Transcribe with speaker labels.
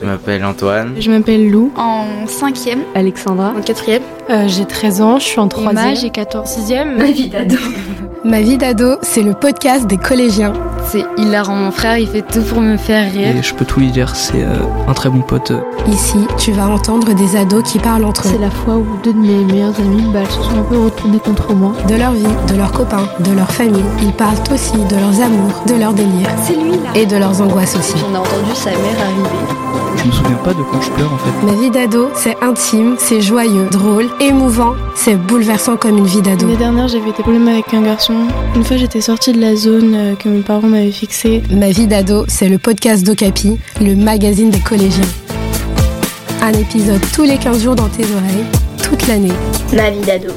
Speaker 1: Je m'appelle Antoine.
Speaker 2: Je m'appelle Lou.
Speaker 3: En cinquième.
Speaker 4: Alexandra.
Speaker 5: En quatrième.
Speaker 6: Euh, j'ai 13 ans, je suis en troisième.
Speaker 7: Emma, j'ai 14.
Speaker 8: Sixième. Ma vie d'ado.
Speaker 9: Ma vie d'ado, c'est le podcast des collégiens.
Speaker 10: C'est hilarant, mon frère, il fait tout pour me faire rire.
Speaker 11: Et je peux tout lui dire, c'est euh, un très bon pote.
Speaker 9: Ici, tu vas entendre des ados qui parlent entre eux.
Speaker 12: C'est la fois où deux de mes meilleurs amis bah, se sont un peu retournés contre moi.
Speaker 9: De leur vie, de leurs copains, de leur famille. Ils parlent aussi de leurs amours, de leurs délires.
Speaker 13: C'est lui là.
Speaker 9: Et de leurs angoisses aussi.
Speaker 14: On a entendu sa mère arriver.
Speaker 11: Je me souviens pas de quand je pleure en fait.
Speaker 9: Ma vie d'ado, c'est intime, c'est joyeux, drôle, émouvant, c'est bouleversant comme une vie d'ado.
Speaker 2: L'année dernière, j'avais des problèmes avec un garçon. Une fois, j'étais sortie de la zone euh, que mes parents m'avaient fixée.
Speaker 9: Ma vie d'ado, c'est le podcast d'Ocapi, le magazine des collégiens. Un épisode tous les 15 jours dans tes oreilles, toute l'année.
Speaker 15: Ma vie d'ado.